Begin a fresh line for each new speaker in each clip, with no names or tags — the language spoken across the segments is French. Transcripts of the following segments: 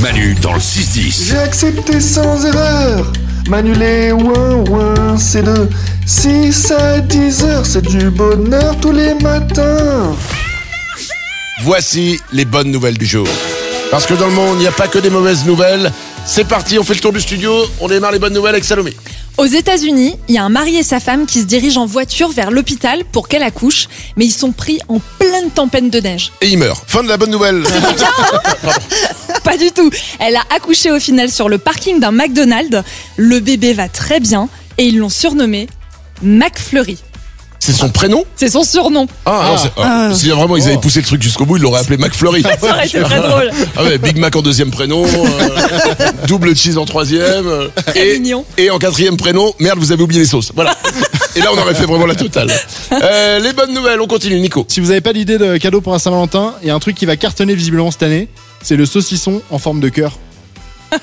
Manu dans le 6-10.
J'ai accepté sans erreur. Manuler, ouin, ouin, c'est de 6 à 10 heures. C'est du bonheur tous les matins.
Voici les bonnes nouvelles du jour. Parce que dans le monde, il n'y a pas que des mauvaises nouvelles. C'est parti, on fait le tour du studio, on démarre les bonnes nouvelles avec Salomé.
Aux États-Unis, il y a un mari et sa femme qui se dirigent en voiture vers l'hôpital pour qu'elle accouche, mais ils sont pris en pleine tempête de neige.
Et il meurt. Fin de la bonne nouvelle.
Pas du tout. Elle a accouché au final sur le parking d'un McDonald's. Le bébé va très bien et ils l'ont surnommé McFlurry.
C'est son prénom
C'est son surnom.
Ah, non, c'est- ah, si vraiment ils avaient poussé le truc jusqu'au bout, ils l'auraient appelé McFlurry.
Ça aurait été très drôle.
Ah ouais, Big Mac en deuxième prénom, euh, double cheese en troisième, euh,
Très
et,
mignon.
et en quatrième prénom, merde, vous avez oublié les sauces. Voilà. Et là, on aurait fait vraiment la totale. Euh, les bonnes nouvelles, on continue, Nico.
Si vous n'avez pas d'idée de cadeau pour la Saint-Valentin, il y a un truc qui va cartonner visiblement cette année, c'est le saucisson en forme de cœur. C'est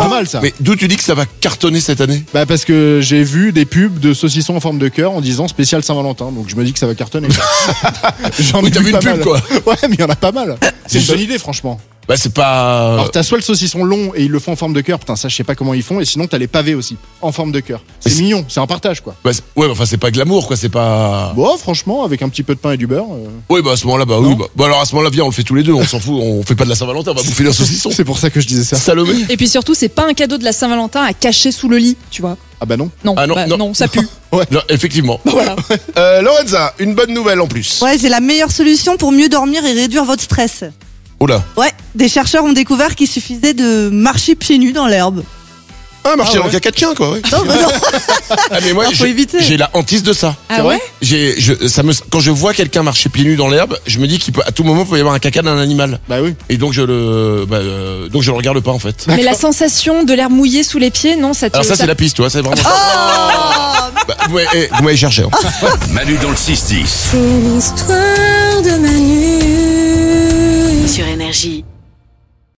pas mal ça.
Mais d'où tu dis que ça va cartonner cette année
Bah parce que j'ai vu des pubs de saucissons en forme de cœur en disant spécial Saint-Valentin, donc je me dis que ça va cartonner. J'en
Oui, t'as vu une
pas
pub,
mal.
quoi.
Ouais, mais il y en a pas mal. C'est une
sûr.
bonne idée franchement.
Bah, c'est pas.
Alors t'as soit le saucisson long et ils le font en forme de cœur, putain ça je sais pas comment ils font, et sinon t'as les pavés aussi en forme de cœur.
Mais
C'est
c'est-
mignon, c'est un partage quoi.
Bah, c'est- ouais, mais enfin, c'est pas glamour, quoi. C'est pas.
Bon franchement avec un petit peu de pain et du beurre, euh,
Oui, bah, à ce moment-là, bah, oui. Bah, bah, alors, à ce moment-là, viens, on le fait tous les deux. On s'en fout. On fait pas de la Saint-Valentin. On va bouffer d'un saucisson.
c'est pour ça que je disais ça.
Salomé.
Et puis surtout, c'est pas un cadeau de la Saint-Valentin à cacher sous le lit, tu vois.
Ah bah non.
Non,
Ah non,
bah,
non.
ça pue.
Non, effectivement. Euh, Lorenza, une bonne nouvelle en plus.
Ouais, c'est la meilleure solution pour mieux dormir et réduire votre stress.
Oh là.
Ouais, des chercheurs ont découvert qu'il suffisait de marcher pieds nus dans l'herbe.
Ah, marcher
Ah,
dans
ouais.
le caca de chien, quoi. ouais. Ah, mais moi,
faut
j'ai-
éviter.
j'ai la hantise de ça.
Ah ouais
J'ai, je, ça me, quand je vois quelqu'un marcher pieds nus dans l'herbe, je me dis qu'il peut, à tout moment, il peut y avoir un caca d'un animal.
Bah oui.
Et donc je le, bah, euh, donc je le regarde pas en fait.
Mais la sensation de l'air mouillé sous les pieds, non, ça te.
Alors ça,
ça-
c'est la piste, tu Ah vois, c'est vraiment. Bah, vous m'avez- eh, vous m'avez cherché. hein.
Manu dans le 6-10.
Une histoire de